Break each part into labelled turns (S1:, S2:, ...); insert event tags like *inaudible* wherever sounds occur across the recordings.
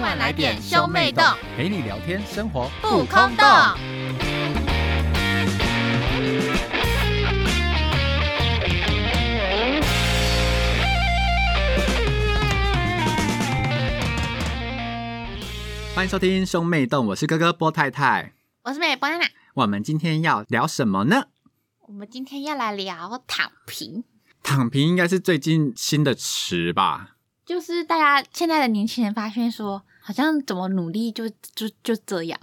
S1: 快来点兄妹洞，
S2: 陪你聊天，生活
S1: 不空洞。
S2: 欢迎收听兄妹洞，我是哥哥波太太。
S1: 我是美波娜娜，
S2: 我们今天要聊什么呢？
S1: 我们今天要来聊躺平，
S2: 躺平应该是最近新的词吧？
S1: 就是大家现在的年轻人发现说，好像怎么努力就就就这 *laughs* 样，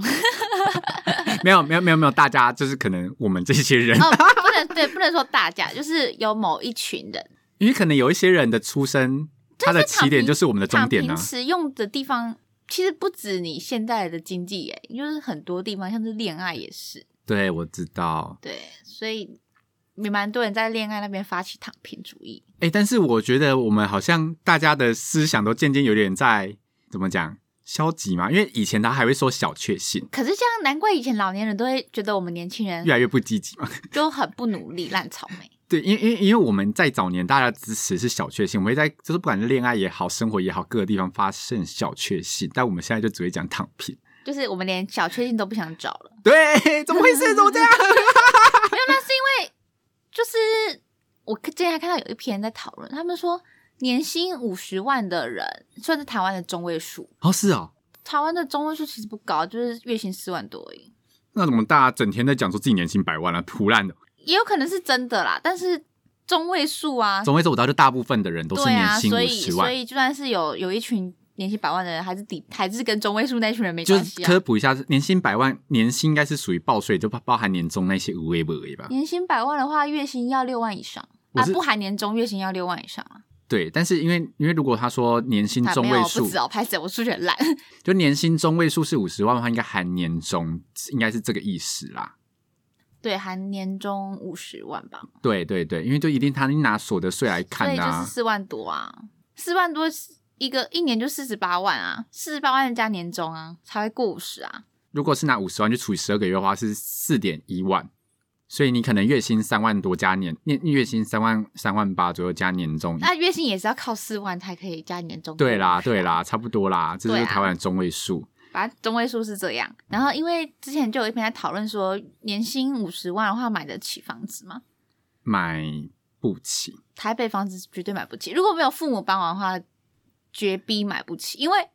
S2: 没有，没有，没有，没有，大家就是可能我们这些人，
S1: 哦，不能对，不能说大家，就是有某一群人，
S2: 因为可能有一些人的出生，他的起点就是我们的终点啊
S1: 躺
S2: 呢、
S1: 平使用的地方其实不止你现在的经济耶，就是很多地方，像是恋爱也是，
S2: 对，我知道。
S1: 对，所以也蛮多人在恋爱那边发起躺平主义。
S2: 哎、但是我觉得我们好像大家的思想都渐渐有点在怎么讲消极嘛，因为以前他还会说小确幸，
S1: 可是这样，难怪以前老年人都会觉得我们年轻人
S2: 越来越不积极嘛。
S1: 就很不努力、烂草莓。
S2: 对，因为因为因为我们在早年大家的支持是小确幸，我们会在就是不管是恋爱也好，生活也好，各个地方发现小确幸，但我们现在就只会讲躺平。
S1: 就是我们连小确幸都不想找了，
S2: 对， *laughs* 怎么回事？怎么这样？
S1: 没有，那是因为就是我之前还看到有一篇在讨论，他们说年薪五十万的人算是台湾的中位数，
S2: 哦，是哦，
S1: 台湾的中位数其实不高，就是月薪四万多而已，
S2: 那怎么大家整天在讲说自己年薪百万啊，胡烂的？
S1: 也有可能是真的啦，但是中位数啊，
S2: 总而言之，我知道就大部分的人都是
S1: 对
S2: 年
S1: 啊，
S2: 薪
S1: 所
S2: 五
S1: 以
S2: 十
S1: 所
S2: 万。
S1: 以就算是有有一群年薪百万的人，还是抵还是跟中位数那群人没
S2: 就
S1: 关
S2: 是
S1: 系啊
S2: 科。普一下，年薪百万，年薪应该是属于报税，就包包含年终那些无微不微吧。
S1: 年薪百万的话，月薪要六万以上
S2: 我
S1: 啊，
S2: 是
S1: 不含年终，月薪要六万以上啊。
S2: 对，但是因为因为如果他说年薪
S1: 啊
S2: 中
S1: 没有
S2: 位
S1: 不
S2: 数，
S1: 止哦，拍死我数学很烂。
S2: 就年薪中位数是五十万的话，应该含年终，应该是这个意思啦。
S1: 对，含年终五十万吧，
S2: 对对对，因为就一定他拿所得税来
S1: 所
S2: 看
S1: 以
S2: 的、
S1: 就是
S2: 啊，
S1: 四万多啊，四万多是一个一年就四十八万啊，四十八万加年终啊，才会过五十啊。
S2: 如果是拿五十万去除以十二个月的话，是四点一万。所以你可能月薪三万多加年年月薪三万三万八左右加年终，
S1: 那月薪也是要靠四万才可以加年终。
S2: 对啦对，啦，差不多啦，这就
S1: 对啊
S2: 是台湾的中位数。
S1: 反正中位数是这样。然后因为之前就有一篇在讨论说，年薪五十万的话买得起房子吗？
S2: 买不起，
S1: 台北房子绝对买不起，如果没有父母帮忙的话，绝逼买不起，因为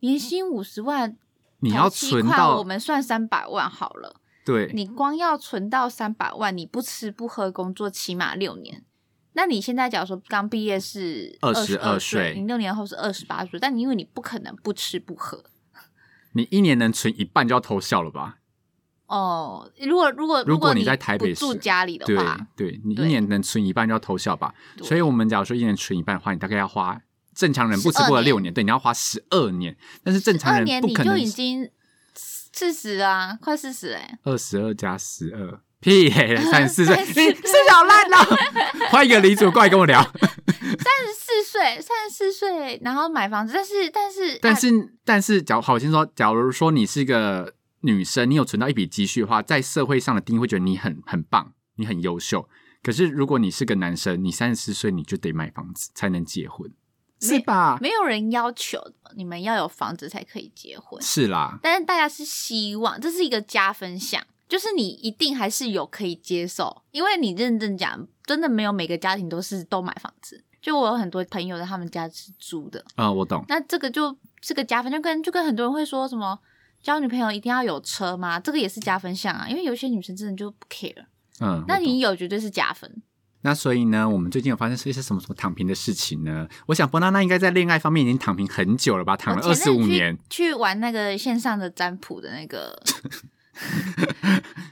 S1: 年薪五十万，
S2: 你要
S1: 同期
S2: 存
S1: 款
S2: 到
S1: 我们算三百万好了。
S2: 对，
S1: 你光要存到三百万，你不吃不喝工作起码六年。那你现在假如说刚毕业是
S2: 22
S1: 二
S2: 岁
S1: 岁，你六年后是二十八岁，但你因为你不可能不吃不喝
S2: 你一年能存一半就要偷笑了吧？
S1: 哦。如果如果
S2: 如果
S1: 果
S2: 你在台北
S1: 不住
S2: 市
S1: 家里的
S2: 对
S1: 话，
S2: 对，你一
S1: 对
S2: 年能存一半就要偷笑吧？
S1: 对
S2: 所以我们假如说一年存一半的话，你大概要花正常人不
S1: 12
S2: 吃不喝
S1: 年
S2: 六年，对，你要花十二年，但是正常
S1: 二
S2: 人
S1: 年
S2: 不
S1: 你
S2: 可
S1: 就
S2: 能
S1: 已经四十啊，快四十哎，
S2: 二十二加十二。屁嘞，
S1: *laughs*
S2: 三十四岁，你是小烂了。换一个李主过来跟
S1: *laughs*
S2: 我聊，
S1: 三十四岁，三十四岁，然后买房子，但是但是
S2: 但
S1: 啊
S2: 是但是，假如好，我先说，假如说你是一个女生，你有存到一笔积蓄的话，在社会上的定义会觉得你很很棒，你很优秀。可是如果你是个男生，你三十四岁你就得买房子才能结婚，是吧？
S1: 没有人要求你们要有房子才可以结婚，
S2: 是啦，
S1: 但是大家是希望，这是一个加分项，就是你一定还是有可以接受，因为你认真讲，真的没有每个家庭都是都买房子。就我有很多朋友的，他们家是租的，
S2: 呃，我懂。
S1: 那这个就是个加分，就跟就跟很多人会说什么交女朋友一定要有车吗？这个也是加分项啊，因为有些女生真的就不 care，
S2: 嗯，
S1: 那
S2: 我懂
S1: 你有绝对是加分。
S2: 那所以呢，我们最近有发生一些什么什么躺平的事情呢？我想波娜娜应该在恋爱方面已经躺平很久了吧，躺了
S1: 我
S2: 二十
S1: 前
S2: 五
S1: 阵去
S2: 年。
S1: 去玩那个线上的占卜的那
S2: *laughs*
S1: 个，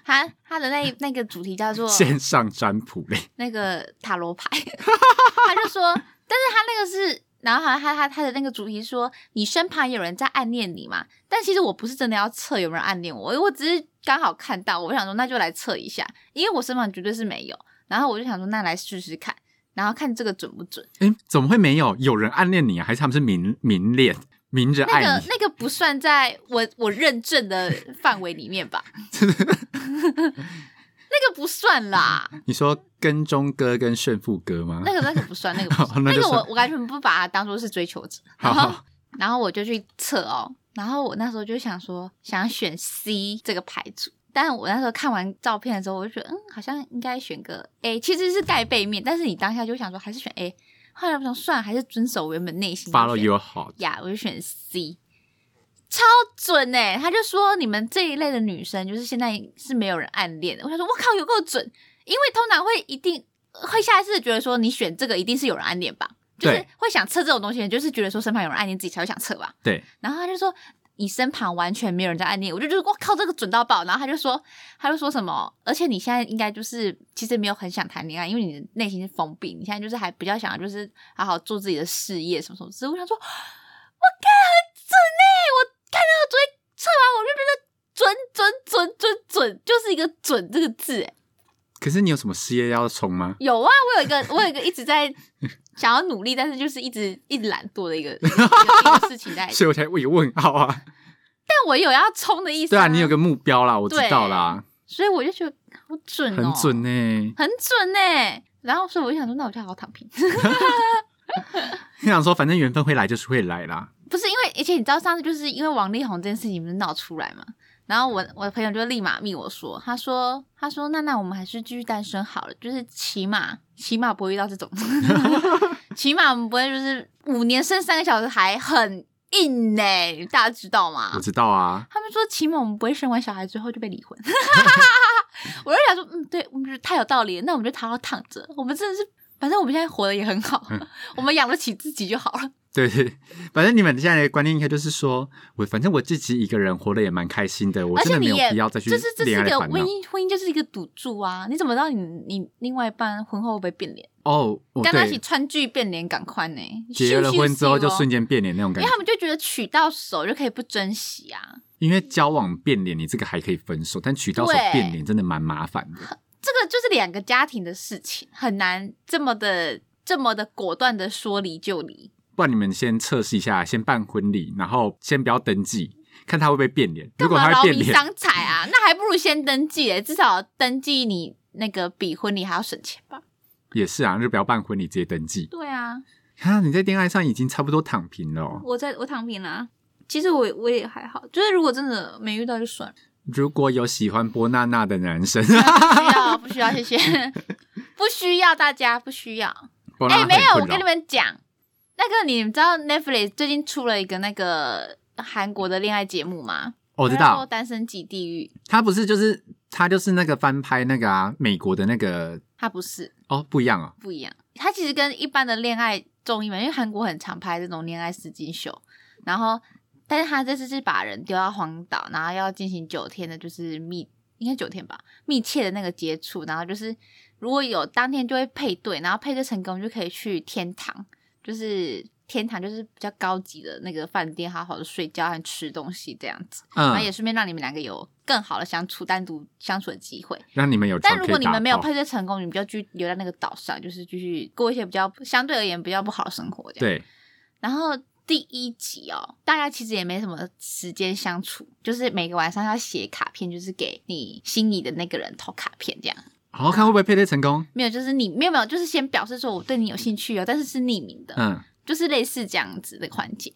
S1: 他他的那那个主题叫做
S2: 线上占卜类，
S1: 那个塔罗牌， *laughs* 他就说，但是他那个是，然后好像他他他的那个主题说，你身旁有人在暗恋你嘛？但其实我不是真的要测有没有人暗恋我，我只是刚好看到，我想说那就来测一下，因为我身旁绝对是没有，然后我就想说那来试试看，然后看这个准不准。
S2: 哎、怎么会没有？有人暗恋你啊？还是他们是明明恋，明着
S1: 那
S2: 爱
S1: 个
S2: 你？
S1: 那个不算在我我认证的范围里面
S2: *laughs*
S1: 吧？ *laughs* 那个不算啦，
S2: 你说跟踪哥跟炫富哥吗？
S1: 那个那个不算，那个不
S2: *laughs* 好
S1: 算，
S2: 那
S1: 那
S2: 就
S1: 个
S2: 算
S1: 我我完全不把它当做是追求者。
S2: 好
S1: 然后
S2: 好，
S1: 然后我就去测哦，然后我那时候就想说想选 C 这个牌组，但我那时候看完照片的时候，我就觉得嗯，好像应该选个 A，其实是盖背面，但是你当下就想说还是选 A，后来我想算了，还是遵守我原本内心就选
S2: follow your heart，
S1: 呀我就选 C，超准哎、他就说你们这一类的女生，就是现在是没有人暗恋的。我想说，我靠，有够准！因为通常会一定会下意识地觉得说，你选这个一定是有人暗恋吧？就是
S2: 对
S1: 会想测这种东西，就是觉得说身旁有人暗恋自己才会想测吧。
S2: 对，
S1: 然后他就说你身旁完全没有人在暗恋，我就觉得我靠，这个准到爆。然后他就说，他就说什么，而且你现在应该就是其实没有很想谈恋爱，因为你的内心是封闭，你现在就是还比较想要就是好好做自己的事业什么什么之类。我想说，我看很准哎、我看到昨天测完我就觉得准准准准准，就是一个准这个字哎、
S2: 可是你有什么事业要冲吗？。
S1: 有啊，我有一个，我有一个一直在想要努力，但是就是一直一直懒惰的一个一个一个一个事情在
S2: 所以我才问问号
S1: *laughs*
S2: 啊。
S1: 但我有要冲的意思、
S2: 对啊，你有个目标啦，我知道啦，
S1: 所以我就觉得好准、哦，
S2: 很准，呢、
S1: 很准呢、然后所以我就想说，那我就好好躺平。 *laughs*
S2: 你想说，反正缘分会来就是会来啦。
S1: 不是因为，而且你知道上次就是因为王力宏这件事情不是闹出来嘛，然后我我的朋友就立马密我说，他说他说娜娜，我们还是继续单身好了，就是起码起码不会遇到这种， *laughs* 起码我们不会就是五年生三个小时还很硬呢、大家知道吗？
S2: 我知道啊，
S1: 他们说起码我们不会生完小孩之后就被离婚。 *laughs* 我就想说，嗯，对，我们觉得太有道理了，那我们就好好躺着。我们真的是，反正我们现在活得也很好，
S2: 嗯
S1: 我们养得起自己就好了。
S2: 对对，反正你们现在的观念应该就是说，我反正我自己一个人活得也蛮开心的，我
S1: 而
S2: 真
S1: 且
S2: 的没
S1: 你
S2: 有
S1: 也
S2: 必要再去
S1: 就是这是
S2: 恋
S1: 一
S2: 爱
S1: 个
S2: 的烦恼
S1: 婚。姻，婚姻就是一个赌注啊！你怎么知道你你另外一半婚后会不会变脸？
S2: 哦，我
S1: 跟他一起
S2: 对，
S1: 川剧变脸，赶快呢！
S2: 结了婚之后就瞬
S1: 间，
S2: 间变脸那种
S1: 因
S2: 感
S1: 为
S2: 觉
S1: 他，们就觉得娶到手就可以不珍惜啊。
S2: 因为交往变脸，你这个还可以分手，但娶到手
S1: 对
S2: 变脸真的蛮麻烦的。
S1: 这个就是两个家庭的事情，很难这么的这么的果断的说离就离。
S2: 不然你们先测试一下，先办婚礼，然后先不要登记，看他会不会变脸。
S1: 干
S2: 如果
S1: 嘛
S2: 他
S1: 劳
S2: 会变
S1: 民
S2: 脸，
S1: 伤财啊？ *laughs* 那还不如先登记耶，至少登记你那个比婚礼还要省钱吧？
S2: 也是啊，那就不要办婚礼，直接登记。
S1: 对啊，
S2: 啊，你在恋爱上已经差不多躺平了哦、
S1: 我在我躺平啦、其实我也我也还好，就是如果真的没遇到就算了，
S2: 如果有喜欢波娜娜的男
S1: *laughs*
S2: 生，
S1: 不需要不需要，谢 *laughs* 谢，不需要大家不需要。
S2: 波娜
S1: 哎、
S2: 娜
S1: 没有，
S2: 很
S1: 我跟
S2: 困
S1: 你
S2: 扰。
S1: 们讲，那个你们知道 Netflix 最近出了一个那个韩国的恋爱节目吗？
S2: 哦我知
S1: 叫做《
S2: 道
S1: 单身即地狱》，
S2: 他不是就是他就是那个翻拍那个啊，美国的那个
S1: 它不是，
S2: 哦，不一样哦，
S1: 不一样。它其实跟一般的恋爱综艺嘛，因为韩国很常拍这种恋爱实境秀，然后，但是他这次是把人丢到荒岛，然后要进行九天的，就是密，应该九天吧，密切的那个接触，然后就是如果有当天就会配对，然后配对成功就可以去天堂，就是天堂就是比较高级的那个饭店，好好的睡觉和吃东西这样子，然后也
S2: 嗯，
S1: 顺便让你们两个有更好的相处、单独相处的机会。
S2: 让你们有
S1: 但
S2: 床
S1: 如
S2: 可以
S1: 果你们
S2: 打
S1: 没有
S2: 炮
S1: 配对成功，你们就继续留在那个岛上，就是继续过一些比较相对而言比较不好的生活。这样。
S2: 对，
S1: 然后第一集哦，大家其实也没什么时间相处，就是每个晚上要写卡片，就是给你心仪的那个人投卡片，这样。
S2: 好好看会不会配对成功？
S1: 没有，就是你没有没有，就是先表示说我对你有兴趣哦，但是是匿名的，
S2: 嗯，
S1: 就是类似这样子的环节。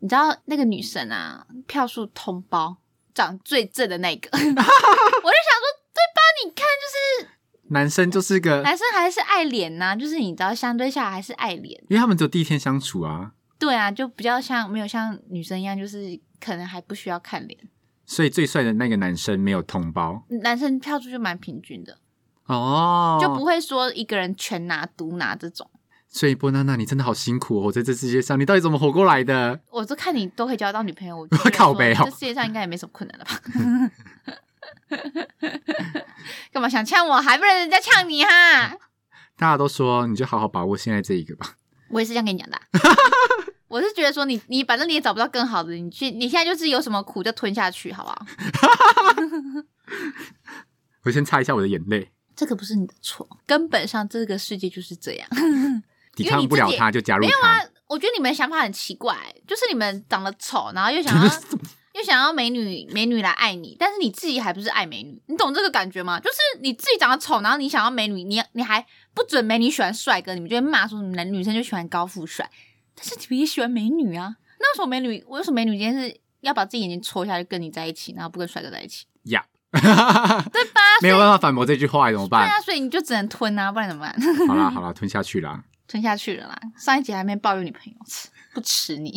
S1: 你知道那个女生啊，票数通包，长最正的那个， *laughs* 我就想说，对吧？你看，就是
S2: 男生就是个，
S1: 男生还是爱脸呐、就是你知道，相对下来还是爱脸。
S2: 因为他们只有第一天相处啊，
S1: 对啊，就比较像没有像女生一样，就是可能还不需要看脸。
S2: 所以最帅的那个男生没有同胞
S1: 男生票数就蛮平均的，
S2: 哦，
S1: 就不会说一个人全拿独拿这种。
S2: 所以波娜娜，你真的好辛苦哦，在这世界上，你到底怎么活过来的？
S1: 我就看你都可以交到女朋友，我就觉得
S2: 靠北哦
S1: 说这世界上应该也没什么困难了吧？ *laughs* 干嘛想呛我，还不能人家呛你哈？
S2: 大家都说，你就好好把握现在这一个吧。 *laughs*
S1: 我也是这样跟你讲的啊、 *laughs* 我是觉得说你你反正你也找不到更好的，你去你现在就是有什么苦就吞下去，好不好？
S2: 我先擦一下我的眼泪，
S1: 这个不是你的错，根本上这个世界就是这样。
S2: 抵抗不了他就加入他。
S1: 我觉得你们想法很奇怪，就是你们长得丑，然后又想要又想要美女美女来爱你，但是你自己还不是爱美女，你懂这个感觉吗？就是你自己长得丑，然后你想要美女，你你还不准美女喜欢帅哥，你们就会骂说什么男女生就喜欢高富帅，但是你们也喜欢美女啊。那为什么美女，为什么美女今天是要把自己眼睛戳下去跟你在一起，然后不跟帅哥在一起，
S2: 呀，
S1: 啊对吧？
S2: *laughs* 没有办法反驳这句话，怎么
S1: 对
S2: 办？
S1: 啊，所以你就只能吞啊，不然怎么办？ *laughs*
S2: 好啦好啦，吞下去啦。
S1: 吞下去了啦。上一集还没抱怨女朋友，不吃你。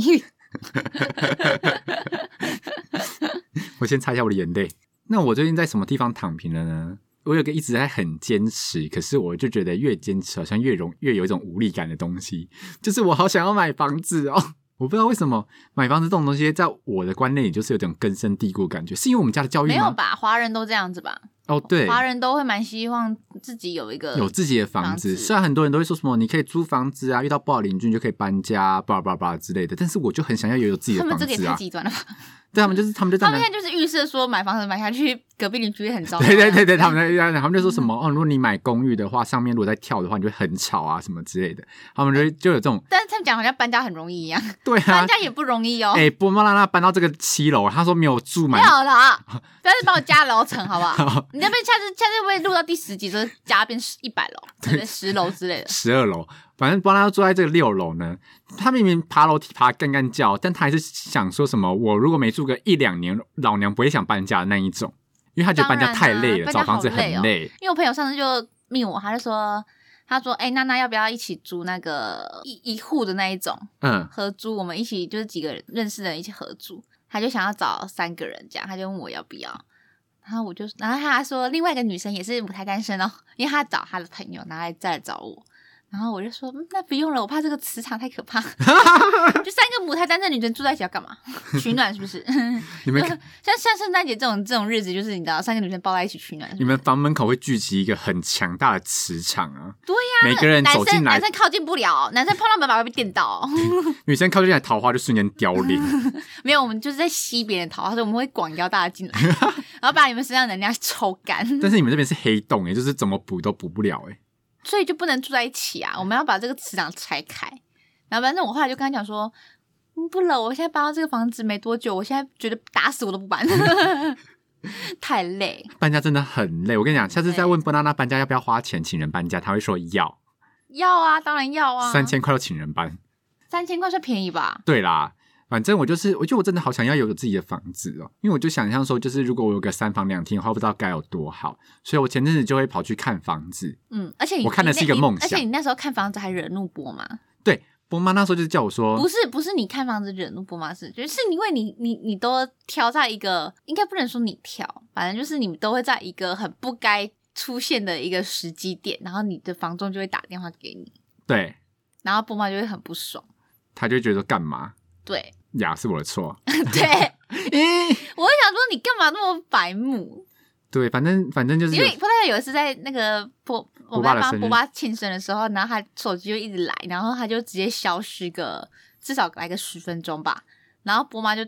S2: 我先擦一下我的眼泪。那我最近在什么地方躺平了呢？我有个一直在很坚持，可是我就觉得越坚持好像越容越有一种无力感的东西，就是我好想要买房子哦。我不知道为什么买房子这种东西，在我的观念里就是有种根深蒂固的感觉，是因为我们家的教育
S1: 没有
S2: 吗？
S1: 吧？华人都这样子吧？
S2: 哦，对，
S1: 华人都会蛮希望自己有一个
S2: 有自己的房子。
S1: 房子
S2: 虽然很多人都会说什么你可以租房子啊，遇到不好邻居你就可以搬家、啊，巴拉巴拉巴拉之类的，但是我就很想要有自己
S1: 他
S2: 的
S1: 们
S2: 房
S1: 这个也
S2: 子
S1: 太
S2: 啊。
S1: 极端了吧？
S2: 对他们就是他们就在
S1: 他
S2: 那
S1: 们现在就是预设说买房子买下去， *laughs* 隔壁邻居也很糟糕。
S2: 对对对对，他们在他们就说什么哦，如果你买公寓的话，上面如果在跳的话，你就会很吵啊什么之类的。他们就就有这
S1: *laughs*
S2: 种
S1: 但是他们讲好像搬家很容易一样，
S2: *laughs* 对啊
S1: 搬，家也不容易哦。
S2: 哎、波波拉拉搬到这个七楼，他说没有住
S1: 不
S2: 满，
S1: 要了啊！不要再帮我加楼层
S2: *laughs*
S1: 好不好？你那边下次下次会不会录到第十集，就是加变一百
S2: *laughs*
S1: 楼，可能十楼之类的。
S2: 十二楼，反正波拉拉住在这个六楼呢。他明明爬楼梯爬得干干叫，但他还是想说什么，我如果没住个一两年，老娘不会想搬家的那一种，因为他觉得搬家太累了，
S1: 当然啊
S2: 找房子
S1: 搬家好
S2: 很
S1: 累哦因为我朋友上次就命我，他就说，他说，哎、娜娜要不要一起租那个一一户的那一种 *laughs*
S2: 嗯，
S1: 合租？我们一起就是几个人认识的人一起合租。他就想要找三个人这样，他就问我要不要，然后我就，然后他还说另外一个女生也是母胎单身哦， *laughs* 因为他找他的朋友，然后来再来找我。然后我就说、嗯那不用了，我怕这个磁场太可
S2: *laughs*
S1: 怕。就三个母胎单身女生住在一起要干嘛？ *laughs* 取暖是不 *laughs* 是？
S2: 你们
S1: 像像圣诞节这种这种日子，就是你知道三个女生抱在一起取暖是不是
S2: 你 *laughs* 们房门口会聚集一个很强大的磁场啊，
S1: 对呀、
S2: 每个人
S1: 男
S2: 走
S1: 生
S2: 进来
S1: 男生靠近不了，男生碰到门把会被电到、哦
S2: 女生靠近来，桃花就瞬间凋
S1: *laughs*
S2: 零。
S1: 没有，我们就是在吸别人的桃花，所以我们会广邀大家进来， *laughs* 然后把你们身上的能量抽干，
S2: 但是你们这边是黑洞哎、就是怎么补都补不了哎、
S1: 所以就不能住在一起啊。我们要把这个磁场拆开。然后反正我后来就跟他讲说，嗯不了，我现在搬到这个房子没多久，我现在觉得打死我都不搬， *laughs* 太累，
S2: 搬家真的很累。我跟你讲，下次再问波娜娜搬家要不要花钱请人搬家，他会说要
S1: 要啊，当然要啊，
S2: 三千块要请人搬。
S1: 三千块算便宜吧？
S2: 对啦，反正我就是，我觉得我真的好想要有自己的房子哦，因为我就想象说，就是如果我有个三房两厅的话，不知道该有多好。所以我前阵子就会跑去看房子。
S1: 嗯，而且你
S2: 我看的是一个
S1: 你那
S2: 梦
S1: 而
S2: 想
S1: 且你那时候看房子还惹怒波吗？
S2: 对，波妈那时候就叫我说
S1: 不，是不是你看房子惹怒波妈是，就是因为你你你都挑在一个，应该不能说你挑，反正就是你们都会在一个很不该出现的一个时机点，然后你的房东就会打电话给你，
S2: 对，
S1: 然后波妈就会很不爽。
S2: 他就觉得干嘛
S1: 对 *laughs*
S2: 呀，是我的错。
S1: 对，我就想
S2: 咦
S1: 说你干嘛那么白目？
S2: 对，反正反正就是
S1: 因
S2: 有
S1: 为波太太有一次在那个波我们
S2: 爸
S1: 在
S2: 的生
S1: 帮
S2: 日
S1: 波爸庆生的时候，然后他手机就一直来，然后他就直接消失个至少来个十分钟吧，然后波妈就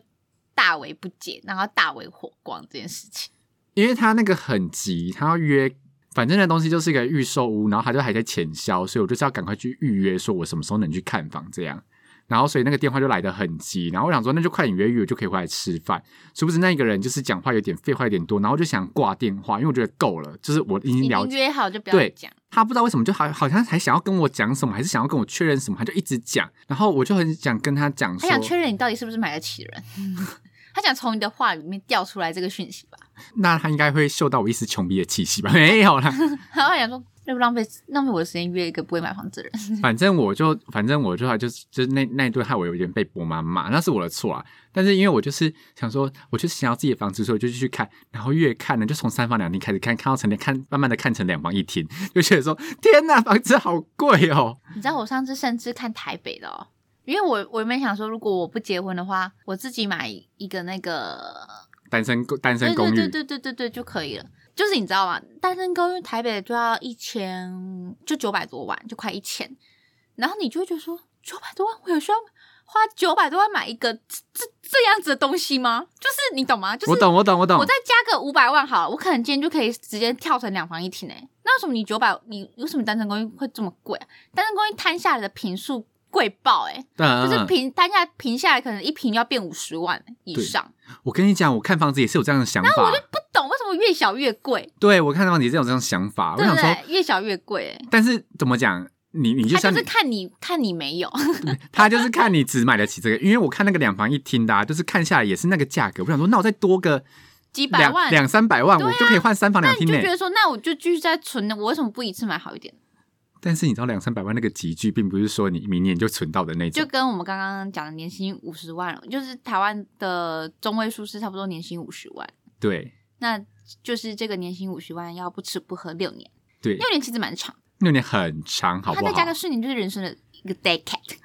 S1: 大为不解，然后大为火光这件事情。
S2: 因为他那个很急，他要约，反正那东西就是一个预售屋，然后他就还在潜销，所以我就是要赶快去预约，说我什么时候能去看房这样。然后所以那个电话就来的很急，然后我想说那就快点约约，我就可以回来吃饭。殊不知那一个人就是讲话有点废话有点多，然后我就想挂电话，因为我觉得够了，就是我已经
S1: 已
S2: 了
S1: 经
S2: 解。
S1: 约好就不要
S2: 对
S1: 讲，
S2: 他不知道为什么就好好像还想要跟我讲什么，还是想要跟我确认什么，他就一直讲。然后我就很想跟他讲
S1: 他
S2: 说，
S1: 想确认你到底是不是买得起人，他想从你的话里面调出来这个讯息吧，
S2: 那他应该会嗅到我一丝穷逼的气息吧？没有啦，
S1: 然后他想说。要不浪费浪费我的时间约一个不会买房子的人，
S2: 反正我就，反正我就还就是就是那那一顿害我有点被波妈骂，那是我的错啊。但是因为我就是想说，我就是想要自己的房子，所以我就去看，然后越看呢，就从三房两厅开始看，看到成两看，慢慢的看成两房一厅，就觉得说，天哪，房子好贵哦。
S1: 你知道我上次甚至看台北的哦，因为我我原本想说，如果我不结婚的话，我自己买一个那个
S2: 单身单身
S1: 对
S2: 公寓，
S1: 对对对对对对就可以了。就是你知道吗？单身公寓台北的就要一千，就九百多万，就快一千。然后你就会觉得说，九百多万，我有需要花九百多万买一个这这这样子的东西吗？就是你懂吗？就是
S2: 我懂我懂我懂
S1: 我，再加个五百万好了，我可能今天就可以直接跳成两房一厅诶、欸那为什么你九百，你为什么单身公寓会这么贵、啊？单身公寓摊下来的平数贵爆诶、就
S2: 嗯，嗯
S1: 是
S2: 嗯
S1: 平摊下平下来，可能一平要变五十万欸以
S2: 对
S1: 上。
S2: 我跟你讲，我看房子也是有这样的想法，
S1: 不懂为什么越小越贵，
S2: 对我看房子也是有这样的想法，我
S1: 对不
S2: 想说，
S1: 对？越小越贵、欸，
S2: 但是怎么讲？你你就
S1: 他
S2: 像
S1: 就是
S2: 你，
S1: 看你看你没有，
S2: 他就是看你只买得起这个，因为我看那个两房一厅的、啊，就是看下来也是那个价格，我想说，那我再多个
S1: 几百
S2: 两
S1: 万，
S2: 两三百万，
S1: 对啊
S2: 我就可以换三房
S1: 那
S2: 两
S1: 你
S2: 厅
S1: 就
S2: 呢
S1: 觉。得说，那我就继续再存，我为什么不一次买好一点？
S2: 但是你知道，两三百万那个集聚，并不是说你明年就存到的那
S1: 就
S2: 种。
S1: 跟我们刚刚讲的年薪五十万，就是台湾的中位数是差不多年薪五十万，
S2: 对
S1: 那就是这个年薪五十万要不吃不喝六年，
S2: 对，
S1: 六年其实蛮长，
S2: 六年很长，好
S1: 他
S2: 不
S1: 再
S2: 好
S1: 加？个四年就是人生的一个 decade，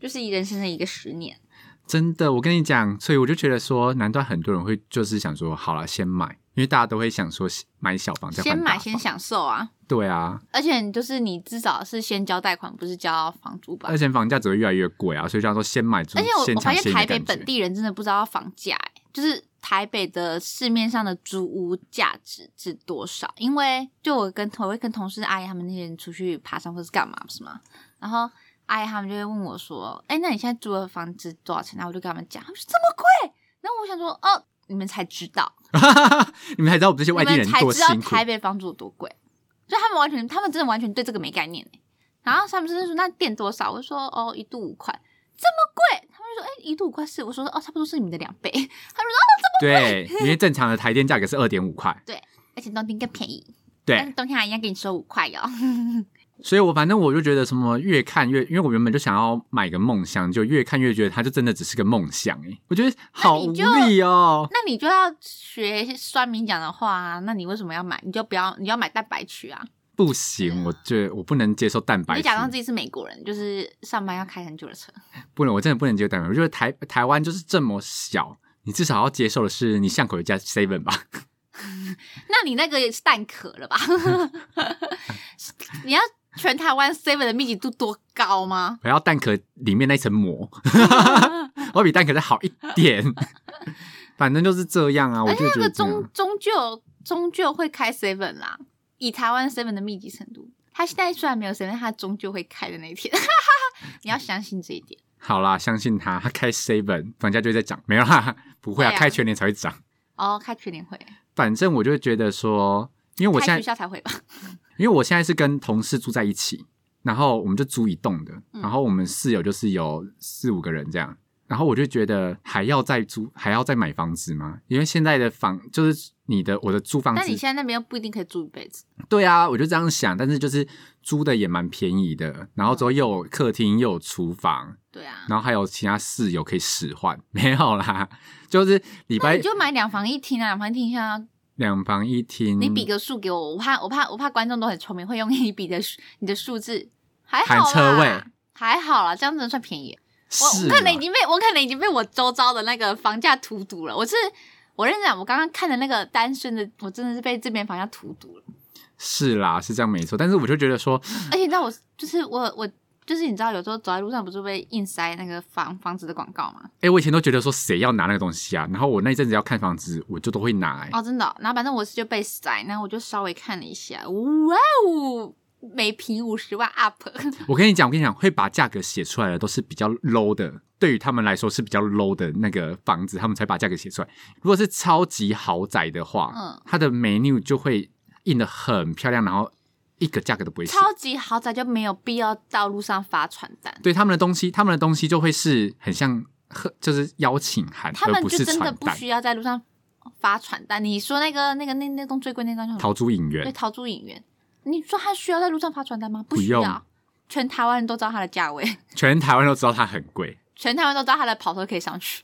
S1: 就是人生的一个十年。
S2: 真的，我跟你讲，所以我就觉得说，难怪很多人会就是想说，好了，先买，因为大家都会想说买小房再还
S1: 先
S2: 大
S1: 买
S2: 房
S1: 先享受啊！
S2: 对啊，
S1: 而且就是你至少是先交贷款，不是交房租吧
S2: 而？且房价只会越来越贵啊，所以就要说先买住，
S1: 而且我
S2: 先
S1: 我发
S2: 抢
S1: 现
S2: 先赢
S1: 台
S2: 的
S1: 北
S2: 感
S1: 本
S2: 觉。
S1: 地人真的不知道房价、欸，就是台北的市面上的租屋价值是多少？因为就我跟我会跟同事阿姨他们那些人出去爬山或是干嘛不是吗？然后阿姨他们就会问我说：“哎、那你现在租的房子多少钱？”然后我就跟他们讲，他们说这么贵。然后我想说：“哦，你们才知道，
S2: *laughs* 你们还知道我们这些
S1: 你
S2: 外地
S1: 们
S2: 人
S1: 才
S2: 多
S1: 知道
S2: 辛苦
S1: 台？北房租有多贵。”所以他们完全，他们真的完全对这个没概念、欸、然后他们就是说：“那店多少？”我就说：“哦，一度五块。”这么贵，他们就说：“哎、一度五块四。”我说：“哦，差不多是你们的两倍。” *laughs*
S2: 对，因为正常的台电价格是二点五块，
S1: 而且冬天更便宜，但是
S2: 对，
S1: 冬天还一样给你收五块哦哟。
S2: 所以我反正我就觉得什么越看越，因为我原本就想要买个梦想，就越看越觉得它就真的只是个梦想哎、我觉得好
S1: 那
S2: 无
S1: 你就
S2: 力
S1: *laughs*
S2: 哦、
S1: 那你就要学酸民讲的话啊，那你为什么要买？你就不要，你要买蛋白区啊，
S2: 不行，我觉得我不能接受蛋
S1: 你
S2: 白
S1: 就
S2: 质，
S1: 假装自己是美国人，就是上班要开很久的车。
S2: 不能，我真的不能接受蛋白质。我觉得台台湾就是这么小，你至少要接受的是你巷口有一家 seven 吧。
S1: 那你那个也是蛋壳了吧？ *laughs* 你要全台湾 seven 的密集度多高吗？
S2: 我要蛋壳里面那一
S1: *laughs*
S2: 层膜，我比蛋壳再好一点。 *laughs* 反正就是这样啊，我
S1: 而且
S2: 就觉
S1: 哎那
S2: 得
S1: 个
S2: 这样
S1: 终终究终究会开 seven 啦，以台湾 seven 的密集程度，它现在虽然没有 seven，它终究会开的那一天， *laughs* 你要相信这一点。
S2: 好啦，相信他，他开 seven 房价就会在涨，没有啦， *laughs* 不会啊，
S1: 对啊
S2: 开全年才会涨。
S1: 哦，开全年会，
S2: 反正我就觉得说，因为我
S1: 开
S2: 现
S1: 学
S2: 在，
S1: 校才会吧？
S2: 因为我现在是跟同事住在一起，然后我们就租一栋的，
S1: 嗯
S2: 然后我们室友就是有四五个人这样，然后我就觉得还要再租，还要再买房子吗？因为现在的房就是你的我的租房
S1: 但
S2: 子
S1: 你现在那边又不一定可以住一辈子，
S2: 对啊，我就这样想，但是就是租的也蛮便宜的，然后之后又有客厅，又有厨房，
S1: 对啊。
S2: 然后还有其他室友可以使唤， *laughs* 没有啦，就是礼
S1: 那
S2: 拜
S1: 你就买两房一厅啊，两房一厅一下，
S2: 两房一厅，
S1: 你比个数给我，我怕我怕我怕观众都很聪明，会用你比的数你的数字，还好啦
S2: 含车位
S1: 还好啦，这样真的算便宜。我
S2: 是
S1: 我
S2: 啊
S1: 可能
S2: 啦
S1: 已经被我可能已经被我周遭的那个房价荼毒了。我是我认真讲，我刚刚看的那个单身的，我真的是被这边房价荼毒了。
S2: 是啦，是这样没错，但是我就觉得说，
S1: 而且你知道我就是我我就是你知道有时候走在路上不是被硬塞那个房房子的广告吗？
S2: 哎、我以前都觉得说谁要拿那个东西啊，然后我那一阵子要看房子，我就都会拿、欸，
S1: 哦，真的哦、然后反正我是就被塞，然后我就稍微看了一下，哇哦，每平五十万
S2: *laughs*
S1: up，
S2: 我跟你讲，我跟你讲，会把价格写出来的都是比较 low 的，对于他们来说是比较 low 的那个房子，他们才把价格写出来。如果是超级豪宅的话，
S1: 嗯
S2: 它的 menu 就会印的很漂亮，然后一个价格都不会写。
S1: 超级豪宅就没有必要到路上发传单，
S2: 对他们的东西，他们的东西就会是很像贺，就是邀请函，
S1: 他
S2: 而
S1: 们
S2: 不
S1: 就是真的
S2: 传
S1: 不
S2: 单。
S1: 需要在路上发传单。你说那个那个那那栋最贵那栋叫什么？
S2: 逃出影
S1: 对，
S2: 院，
S1: 逃出影院。你说他需要在路上发传单吗？不
S2: 不
S1: 需
S2: 用
S1: 要，全台湾人都知道它的价位，
S2: 全台湾都知道它很贵。
S1: 全台湾都知道它的跑车可以上
S2: *laughs*
S1: 去。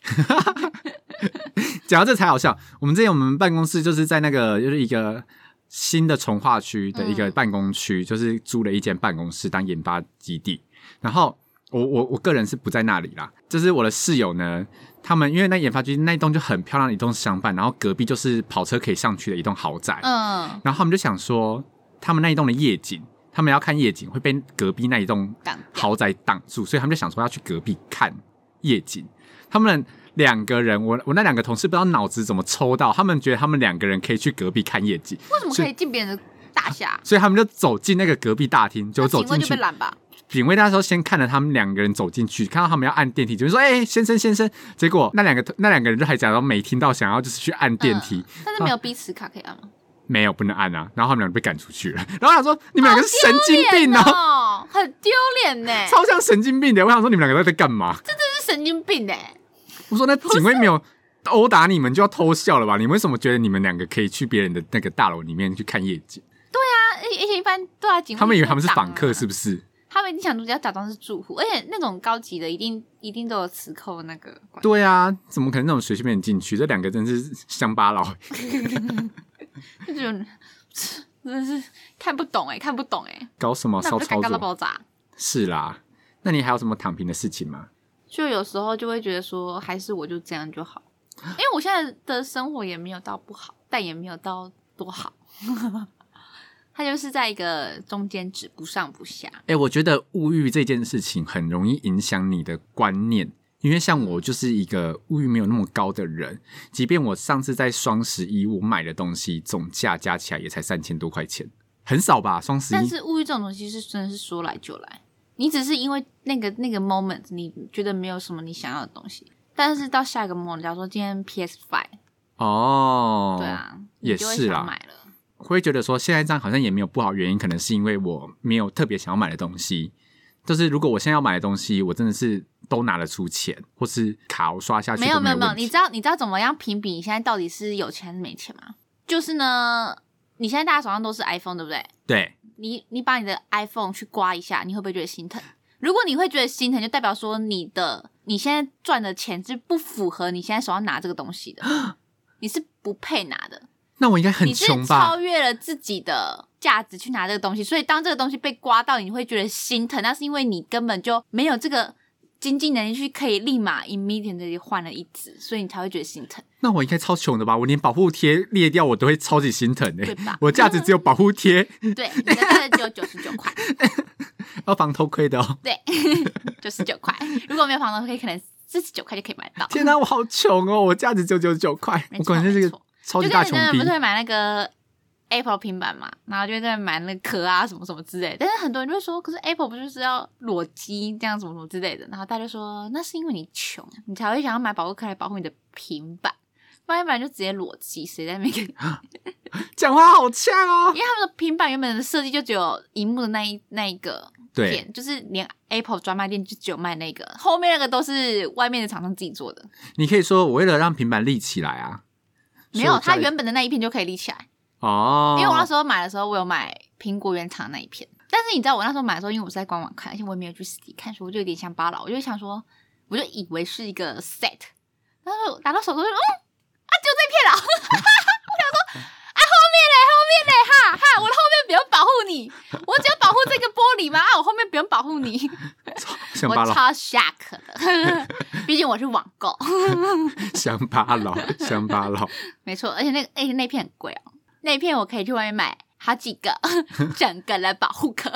S2: 讲到这才好笑。我们之前我们办公室就是在那个就是一个新的从化区的一个
S1: 嗯
S2: 办公区，就是租了一间办公室当研发基地。然后我我我个人是不在那里啦，就是我的室友呢，他们因为那研发基地那一栋就很漂亮的一栋商办，然后隔壁就是跑车可以上去的一栋豪宅。
S1: 嗯，
S2: 然后他们就想说，他们那一栋的夜景，他们要看夜景会被隔壁那一栋
S1: 挡
S2: 豪宅挡住，所以他们就想说要去隔壁看夜景。他们两个人，我我那两个同事不知道脑子怎么抽到，他们觉得他们两个人可以去隔壁看夜景，
S1: 为什么
S2: 所
S1: 可
S2: 以
S1: 以进别人的大厦？
S2: 所以他们就走进那个隔壁大厅，啊 *laughs* 就
S1: 那
S2: 走
S1: 警卫
S2: 进
S1: 就被
S2: 去。
S1: 拦
S2: *laughs*
S1: 吧。
S2: 警卫那时候先看了他们两个人走进去，看到他们要按电梯，就说：“哎、先生，先生。”结果那两个那两个人就还假装没听到，想要就是去按电梯。
S1: 嗯但是没有逼磁卡可以按吗？
S2: 没有不能按啊，然后他们两个被赶出去了。然后我想说你们两个是神经病
S1: 呢、
S2: 哦，
S1: 哦，很丢脸呢，
S2: 超像神经病的。我想说你们两个在在干嘛？
S1: 哎这是神经病呢。
S2: 我说那警卫没有殴打你们就要偷笑了吧？你为什么觉得你们两个可以去别人的那个大楼里面去看夜景？
S1: 啊，而且而且一般对啊，警卫
S2: 他们以为他们是访客
S1: 是啊
S2: 是不是？
S1: 他们一定想主角假装是住户，而且那种高级的一定一定都有磁扣那个管。
S2: 对啊，怎么可能那种随随便便进去？这两个真是乡巴佬。
S1: 就觉得 *laughs* 真的是看不懂哎、看不懂哎、
S2: 搞什么
S1: 那
S2: 骚
S1: 不是尴尬
S2: 操
S1: 到
S2: 作？
S1: 爆炸。
S2: 是啦，那你还有什么躺平的事情吗？
S1: 就有时候就会觉得说，还是我就这样就好，因为我现在的生活也没有到不好，但也没有到多好， *laughs* 它就是在一个中间值，不上不下。
S2: 哎、我觉得物欲这件事情很容易影响你的观念，因为像我就是一个物欲没有那么高的人，即便我上次在双十一我买的东西总价加起来也才三千多块钱，很少吧？双十
S1: 但
S2: 一
S1: 是物欲这种东西是真的是说来就来，你只是因为那个那个 moment 你觉得没有什么你想要的东西，但是到下一个 moment，假如说今天 PS Five，、
S2: 哦，
S1: 对，啊，
S2: 也
S1: 你就会
S2: 是啦
S1: 想买了。
S2: 会觉得说现在这样好像也没有不好，原因可能是因为我没有特别想要买的东西。就是如果我现在要买的东西，我真的是都拿得出钱，或是卡我刷下去
S1: 没有
S2: 都
S1: 没有
S2: 有
S1: 没有，
S2: 问
S1: 你知
S2: 题。
S1: 道你知道怎么样评比你现在到底是有钱还是没钱吗？就是呢，你现在大家手上都是 iPhone，对不对？
S2: 对，
S1: 你你把你的 iPhone 去刮一下，你会不会觉得心疼？如果你会觉得心疼，就代表说你的你现在赚的钱是不符合你现在手上拿这个东西的，
S2: *gasps*
S1: 你是不配拿的，
S2: 那我应该很
S1: 你是
S2: 穷吧
S1: 超？越了自己的价值去拿这个东西，所以当这个东西被刮到，你会觉得心疼，那是因为你根本就没有这个经济能力去可以立马 immediately 换了一只，所以你才会觉得心疼，
S2: 那我应该超穷的吧？我连保护贴裂掉我都会超级心疼的、？
S1: 对吧
S2: 我价值只有保
S1: *laughs*
S2: 护贴，
S1: 对，你的价值只有九十九块，
S2: 要防偷窥的哦。
S1: 对， *laughs* 九十九块，如果没有房东可以可能四十九块就可以买到。
S2: 天哪、我好穷哦！我价值九九九块，
S1: 没
S2: 我
S1: 错
S2: 果然是
S1: 没
S2: 个
S1: 错
S2: 超级
S1: 就
S2: 大
S1: 跟你
S2: 穷
S1: 真的
S2: 逼
S1: 不是。会买那个 Apple 平板嘛，然后就在买那个壳啊什么什么之类的。但是很多人就会说，可是 Apple 不就是要裸机这样什么什么之类的？然后大家就说，那是因为你穷，你才会想要买保护壳来保护你的平板。不然，不然就直接裸机，谁在那边给？因
S2: 讲话好呛哦。
S1: 为他们的平板原本的设计就只有荧幕的那一那一个
S2: 对，
S1: 片，就是连 Apple 专卖店就只有卖那个，后面那个都是外面的厂商自己做的。
S2: 你可以说我为了让平板立起来啊。
S1: 没
S2: 所以
S1: 有，
S2: 我加
S1: 它
S2: 了
S1: 原本的那一片就可以立起来。
S2: 哦，
S1: 因为我那时候买的时候，我有买苹果原厂那一片，但是你知道我那时候买的时候，因为我是在官网看，而且我也没有去实体看，所以我就有点乡巴佬，我就想说，我就以为是一个 set，但是我拿到手中就嗯啊，就这片了，我想 *laughs* 说啊后面嘞，后面嘞，哈哈，我的后面不用保护你，我只要保护这个玻璃嘛，啊，我后面不用保护
S2: *laughs*
S1: 你，
S2: 乡巴
S1: 我
S2: 佬，
S1: 超 shock 的， *laughs* 毕竟我是网购，
S2: 乡巴佬，
S1: *laughs*
S2: 乡巴佬。
S1: 没错，而且那个哎、那片很贵哦，那片我可以去外面买好几个， *laughs* 整个来保护壳。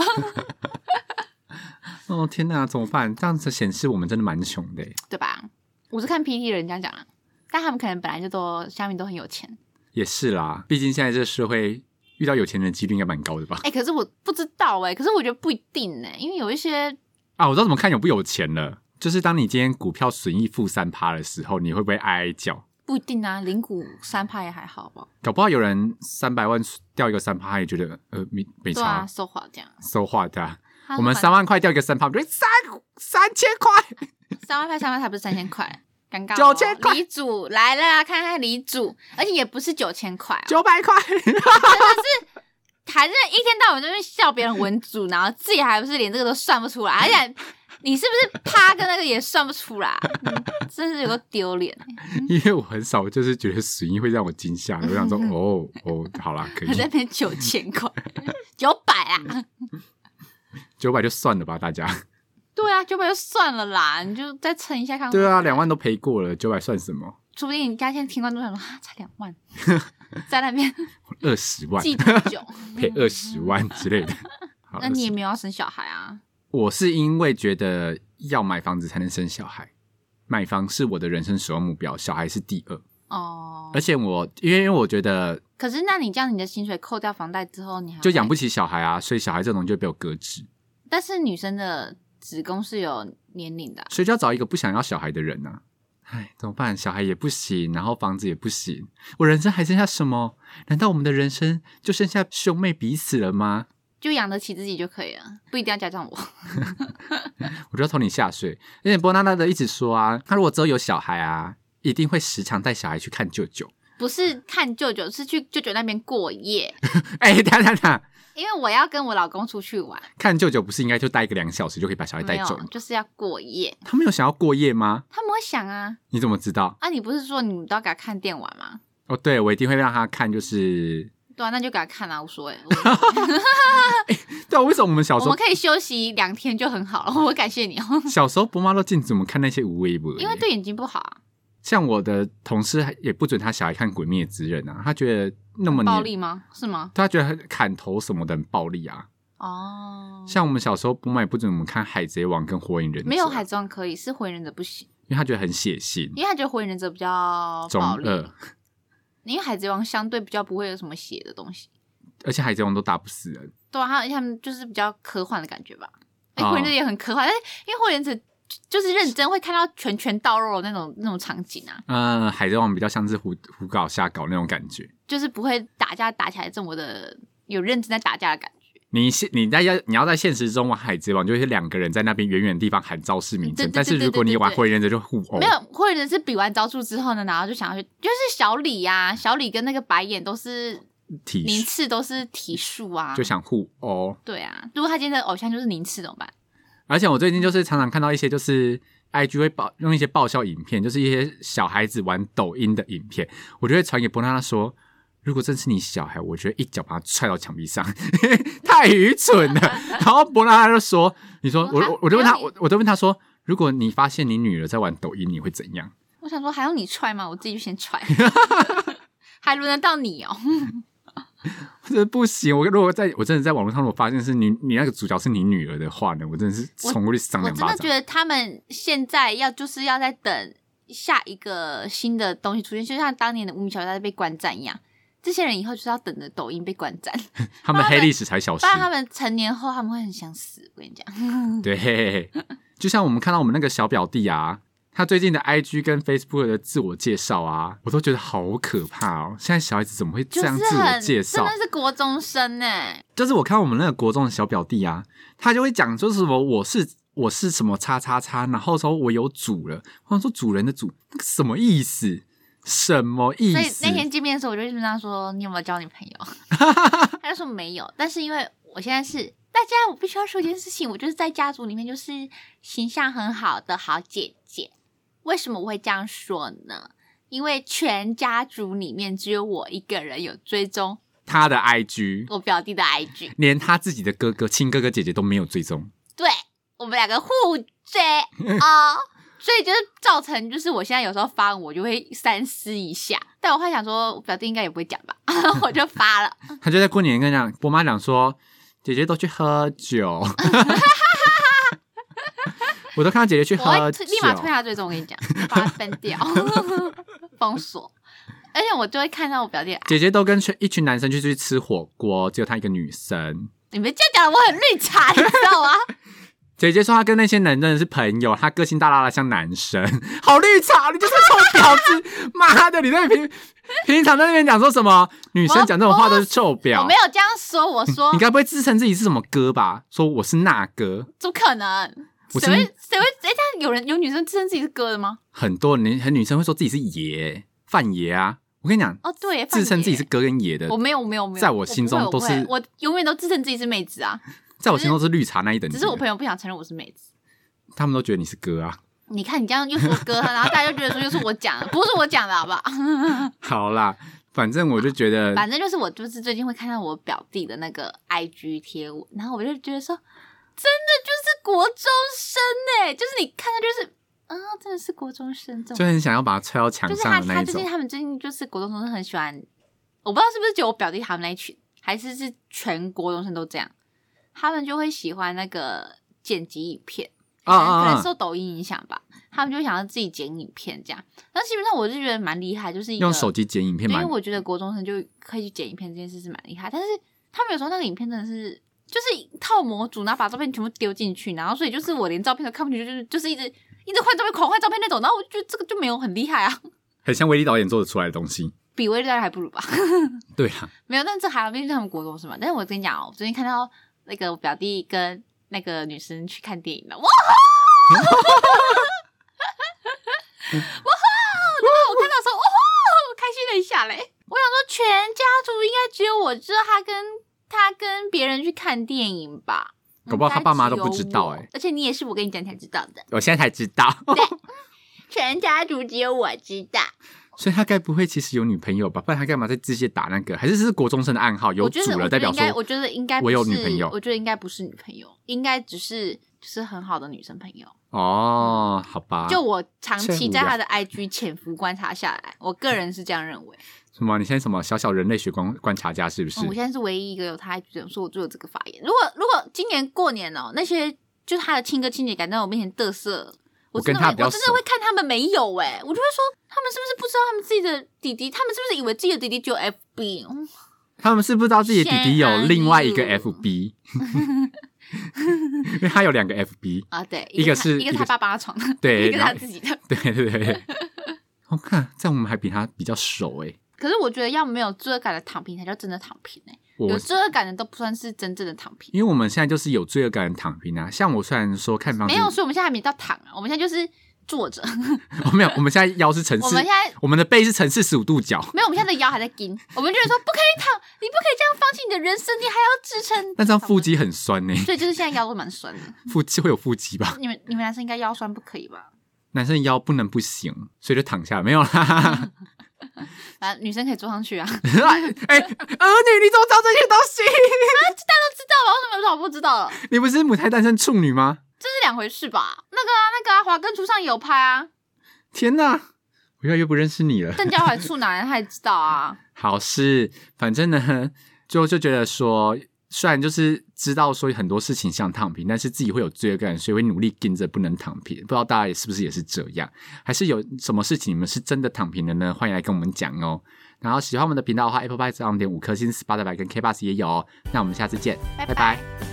S2: 哦天哪，怎么办？这样子显示我们真的蛮穷的耶，欸
S1: 对吧？我是看 PT 人这样讲啦，但他们可能本来就都下面都很有钱。
S2: 也是啦。毕竟现在这个社会遇到有钱人的几率应该蛮高的吧？
S1: 哎、可是我不知道哎、可是我觉得不一定哎、因为有一些
S2: 啊，我知道怎么看有不有钱了。就是当你今天股票损益负三趴的时候，你会不会哀哀叫？
S1: 不一定啊，零股三派也还好吧？
S2: 搞不好有人三百万掉一个三趴，他也觉得呃没没
S1: 对啊，
S2: 差，
S1: 说话这样。
S2: 收获的。
S1: 他
S2: 我们
S1: 反
S2: 三万块掉一个三趴，我们就哎三三千
S1: *laughs*
S2: 块，
S1: 三万块，三万块还不是三千块，尴尬、哦。
S2: 9000块
S1: 李主来了，啊看看李主，而且也不是九千块、啊，
S2: 九百块。 *laughs*
S1: 还是一天到晚在那边笑别人文主，然后自己还不是连这个都算不出来，而且你是不是趴跟那个也算不出来？嗯真是有个丢脸。啊
S2: 因为我很少就是觉得损益会让我惊吓，
S1: *laughs*
S2: 我想说哦哦，好啦，可以
S1: 还在那边九千块，
S2: 嗯
S1: *laughs* 九百啊？
S2: 九百就算了吧，大家。
S1: 对啊，九百就算了啦，你就再撑一下看看。
S2: 对啊，两万都赔过了，九百算什么？
S1: 说不定你家现在听观众想说啊，才两
S2: *laughs*
S1: 万，在那边
S2: 二十万
S1: 记多久？
S2: *laughs*
S1: 嗯
S2: 赔二十万之类的。好
S1: *laughs* 那你也
S2: 20
S1: 没有要生小孩啊？
S2: 我是因为觉得要买房子才能生小孩，买房是我的人生首要目标，小孩是第二。
S1: 哦
S2: 而，且我因为因为我觉得
S1: 可是那你这样，你的薪水扣掉房贷之后，你还会
S2: 就养不？起小孩啊，所以小孩这种就被我搁置，
S1: 但是女生的子宫是有年龄的啊、
S2: 所以就要找一个不想要小孩的人啊。唉，怎么办？小孩也不行，然后房子也不行，我人生还剩下什么？难道我们的人生就剩下兄妹彼此了吗？
S1: 就养得起自己就可以了，不一定要加上我。 *laughs*
S2: 我就要投你下水。而且波娜娜的一直说啊，她如果之后有小孩啊，一定会时常带小孩去看舅舅。
S1: 不是看舅舅，是去舅舅那边过夜， *laughs*
S2: 哎、等一下等一下等一下，
S1: 因为我要跟我老公出去玩，
S2: 看舅舅不是应该就待一个两个小时就可以把小孩带
S1: 没有啊
S2: 走了吗？
S1: 就是要过夜。
S2: 他们有想要过夜吗？
S1: 他们会想啊，
S2: 你怎么知道？
S1: 啊，你不是说你们都要给他看电玩吗？
S2: 哦，对，我一定会让他看，就是
S1: 对啊，那就给他看啊，无所谓。
S2: *laughs*
S1: 我
S2: 对啊，为什么我们小时
S1: 我们
S2: 候
S1: 可以休息两天就很好了，我 *laughs* 感谢你哦，
S2: 小时候伯妈都禁止我们看那些无微不
S1: 因为对眼睛不好啊，
S2: 像我的同事也不准他小孩看《鬼灭之刃》啊，他觉得那么
S1: 暴
S2: 年，
S1: 力吗？是吗？
S2: 他觉得砍头什么的很暴力啊。
S1: 嗯哦，
S2: 像我们小时候伯妈也不准我们看《海贼王》跟《火影忍者》，啊
S1: 没有海，贼王可以，是火影忍者不行，
S2: 因为他觉得很血腥、
S1: 因为他觉得火影忍者比较
S2: 中
S1: 暴力，
S2: 二，
S1: 因为海贼王相对比较不会有什么血的东西。而
S2: 而且海贼王都打不死人。
S1: 对啊，他他们就是比较科幻的感觉吧。哎、
S2: 哦
S1: 火影忍者也很科幻，但是因为火影忍者就就是认真会看到拳拳到肉的那种那种场景啊，
S2: 嗯，海贼王比较像是胡胡搞瞎搞那种感觉。
S1: 就是不会打架打起来这么的有认真在打架的感觉。
S2: 你现你在要你要在现实中玩海贼王，就是两个人在那边远远地方喊招式名
S1: 对
S2: 称
S1: 对，
S2: 但是如
S1: 对对
S2: 果你
S1: 对
S2: 玩
S1: 对
S2: 火影忍者就互殴
S1: 没。有火影忍者是比完招数之后呢，然后就想要去，就是小李呀、小李跟那个白眼都是
S2: 体
S1: 宁
S2: 恤
S1: 次都是体术啊，
S2: 就想互殴。
S1: 对啊，如果他今天的偶像就是宁次怎么办？
S2: 而且我最近就是常常看到一些就是 I G 会爆用一些爆笑影片，就是一些小孩子玩抖音的影片，我就会传给波娜娜说。如果真是你小孩，我觉得一脚把他踹到墙壁上， *laughs* 太愚
S1: *laughs*
S2: 蠢了。然后伯娜娜就说：“你说我
S1: 我
S2: 我我就问他，
S1: 没有
S2: 我我就问他说，如果你发现你女儿在玩抖音，你会怎样
S1: 我想说还用你踹吗？我自己就先
S2: *laughs*
S1: 踹，还轮得到你哦？？”
S2: 我 *laughs* 真的不行，我如果在我真的在网络上，我发现是你你那个主角是你女儿的话呢，我真的是冲过去扇
S1: 我
S2: 两
S1: 真
S2: 巴
S1: 的觉
S2: 掌。
S1: 得他们现在要就是要在等下一个新的东西出现，就像当年的无名小站被观战一样，这些人以后就是要等着抖音被观战，
S2: 他们黑历史才消失
S1: 不。然他们成年后他们会很想死。我跟你讲，
S2: 对，就像我们看到我们那个小表弟啊，他最近的 IG 跟 Facebook 的自我介绍啊，我都觉得好可怕哦！现在小孩子怎么会
S1: 就
S2: 这
S1: 是
S2: 样自我
S1: 很
S2: 介
S1: 真
S2: 绍？
S1: 的是国中生欸呢、
S2: 就是我看我们那个国中的小表弟啊，他就会讲说什么我是我是什么叉叉叉，然后说我有主了，我想说主人的主那个什么意思？什么意
S1: 所以
S2: 思
S1: 那？天见面的时候，我就问他说：“你有没有交女朋友？” *laughs* 他就说没有。但是因为我现在是大家，我必须要说一件事情，我就是在家族里面就是形象很好的好姐姐。为什么我会这样说呢？因为全家族里面只有我一个人有追踪
S2: 他的 IG
S1: 我表弟的 IG，
S2: 连他自己的哥哥、亲哥哥、姐姐都没有追踪。
S1: 对我们两个互追哦。所以就是造成，就是我现在有时候发文，我就会三思一下。但我还想说，我表弟应该也不会讲吧， *laughs* 我就发了。
S2: 他就在过年跟讲我妈讲说，姐姐都去喝酒， *laughs* 我都看到姐姐去
S1: 我
S2: 喝
S1: 会
S2: 酒
S1: 推，立马推他追踪，我跟你讲，把他分掉， *laughs* 封锁。而且我就会看到我表弟，
S2: 姐姐都跟群一群男生去出去吃火锅，只有她一个女生。
S1: 你们这样讲我很绿茶，你知
S2: *laughs*
S1: 道吗？
S2: 姐姐说她跟那些男人是朋友，她个性大大的像男生， *laughs* 好绿茶，你就是臭婊子！ *laughs* 妈的，你在平平常在那边讲说什么女生讲这种话都是臭
S1: 我
S2: 婊
S1: 没，有这样说，我说
S2: 你该不会自称自己是什么哥吧？说我是那哥，
S1: 怎么可能？
S2: 我
S1: 谁
S2: 真
S1: 会谁会？哎，这样有人有女生自称自己是哥的吗？
S2: 很多女很女生会说自己是爷范爷啊。我跟你讲，
S1: 哦，对耶，范
S2: 自称自己
S1: 爷
S2: 是，哥跟爷的
S1: 我，没有，我没有，我没有，
S2: 在我
S1: 我
S2: 心
S1: 不会
S2: 中
S1: 我
S2: 都
S1: 不会
S2: 是
S1: 我永远都自称自己是妹子啊，
S2: 在我心中是绿茶那一等级
S1: 只
S2: 的。
S1: 是我朋友不想承认我是妹子。
S2: 他们都觉得你是哥啊。
S1: 你看你这样又说哥，然后大家就觉得说又是我讲的，不是我讲的，好不好？
S2: 好啦，反正我就觉得，
S1: 啊反正就是我就是最近会看到我表弟的那个 IG 贴文，然后我就觉得说，真的就是国中生哎、就是你看到就是啊、真的是国中生这
S2: 就
S1: 种，
S2: 很想要把他踹到墙
S1: 就是他
S2: 上的那
S1: 他
S2: 一
S1: 最近
S2: 种。
S1: 他们最近就是国中生很喜欢，我不知道是不是只有我表弟他们那一群，还是是全国中生都这样，他们就会喜欢那个剪辑影片。
S2: 啊
S1: 可
S2: 啊
S1: 能
S2: 啊！
S1: 受抖音影响吧，他们就想要自己剪影片这样。但基本上我就觉得蛮厉害，就是一个
S2: 用手机剪影片
S1: 对，因
S2: 蛮
S1: 为我觉得国中生就可以去剪影片这件事是蛮厉害，但是他们有时候那个影片真的是就是套模组，然后把照片全部丢进去，然后所以就是我连照片都看不进去，就是就是一直一一直换照片，狂换照片那种。然后我就觉得这个就没有很厉害啊， *laughs*
S2: 很像威力导演做的出来的东西。
S1: 比威力导演还不如吧。
S2: 对
S1: *laughs*
S2: 啊，
S1: 没有，但这还好，毕竟是他们国中是嘛。但是我跟你讲哦，我昨天看到那个我表弟跟那个女生去看电影
S2: *laughs*
S1: 了，哇！我看到的时候，哇、哦，开心了一下嘞。我想说，全家族应该只有我知道他跟他跟别人去看电影吧？
S2: 搞不好他爸妈
S1: 应该只有
S2: 都不知道
S1: 我
S2: 欸
S1: 而且你也是我跟你讲才知道的，
S2: 我现在才知道，
S1: 全家族只有我知道。
S2: *laughs* 所以他该不会其实有女朋友吧？不然他干嘛在致谢打那个？还是这是国中生的暗号？有
S1: 我觉
S2: 主
S1: 得，
S2: 了
S1: 我
S2: 代
S1: 觉得
S2: 表
S1: 应该，我
S2: 说
S1: 觉得应该不
S2: 我
S1: 是，
S2: 有女朋友
S1: 我觉得应该不是女朋友，应该只是就是很好的女生朋友。
S2: 哦，好吧，
S1: 就我长期在他
S2: 真
S1: 的 IG 潜伏观察下来，我个人是这样认为。
S2: 什么？你现在什么小小人类学观观察家是不是
S1: 嗯？我现在是唯一一个有他 IG 的人，所以我做这个发言。如果如果今年过年哦，那些就是他的亲哥亲姐敢在我面前嘚瑟，我
S2: 我
S1: 真
S2: 跟
S1: 的
S2: 他
S1: 会
S2: 比较
S1: 我真的会看他们没有哎、我就会说他们是不是不知道他们自己的弟弟，他们是不是以为自己的弟弟只有 FB？嗯
S2: 他们是不知道自己的弟弟有
S1: Share
S2: 另外一个
S1: you *laughs*
S2: FB，因为他有两个 FB，
S1: 啊，对，
S2: 一个
S1: 他
S2: 是
S1: 一个是
S2: 一个
S1: 他爸爸的床，*laughs*
S2: 对
S1: 一个是
S2: 然后
S1: 他自己的。
S2: 对对
S1: *laughs*
S2: 对对。我看这样我们还比他比较熟哎，
S1: 可是我觉得要没有罪恶感的躺平才叫真的躺平哎、有
S2: 我
S1: 罪恶感的都不算是真正的躺平。
S2: 因为我们现在就是有罪恶感的躺平啊。像我虽然说看房子
S1: 没有，，所以我们现在还没到躺啊，我们现在就是坐
S2: *laughs*
S1: 着。
S2: 我哦没有，我们现在腰是城
S1: 我
S2: 市
S1: 们现，在
S2: 我们的背是城市十五度角，
S1: 没有，我们现在的腰还在紧，我们就是说不可以躺，你不可以这样放弃你的人生，你还要支撑。
S2: 那这样腹肌很酸呢，
S1: *laughs* 所以就是现在腰都蛮酸的。
S2: 腹肌会有腹肌吧？
S1: 你们你们男生应该腰酸不可以吧？
S2: 男生腰不能不行，所以就躺下，没有
S1: *laughs*
S2: 啦。
S1: 反正女生可以坐上去啊。 *laughs* 知
S2: 哎，儿女，你怎么知道这些东西？
S1: 道吧？为什么老不知道了？
S2: 你不是母胎单身处女吗？
S1: 这是两回事吧？那个啊，那个啊，华根初上有拍啊，
S2: 天哪，我越来越不认识你了。
S1: 邓家华处男他也知道啊。
S2: 好事，反正呢， *laughs* 就就觉得说，虽然就是知道说很多事情想躺平，但是自己会有罪恶感，所以会努力盯着不能躺平。不知道大家也是不是也是这样，还是有什么事情你们是真的躺平的呢？欢迎来跟我们讲哦。然后喜欢我们的频道的话，Apple Pie 上点五颗星，Spotify 跟 K Bus 也有哦。那我们下次见，
S1: 拜
S2: 拜
S1: 拜
S2: 拜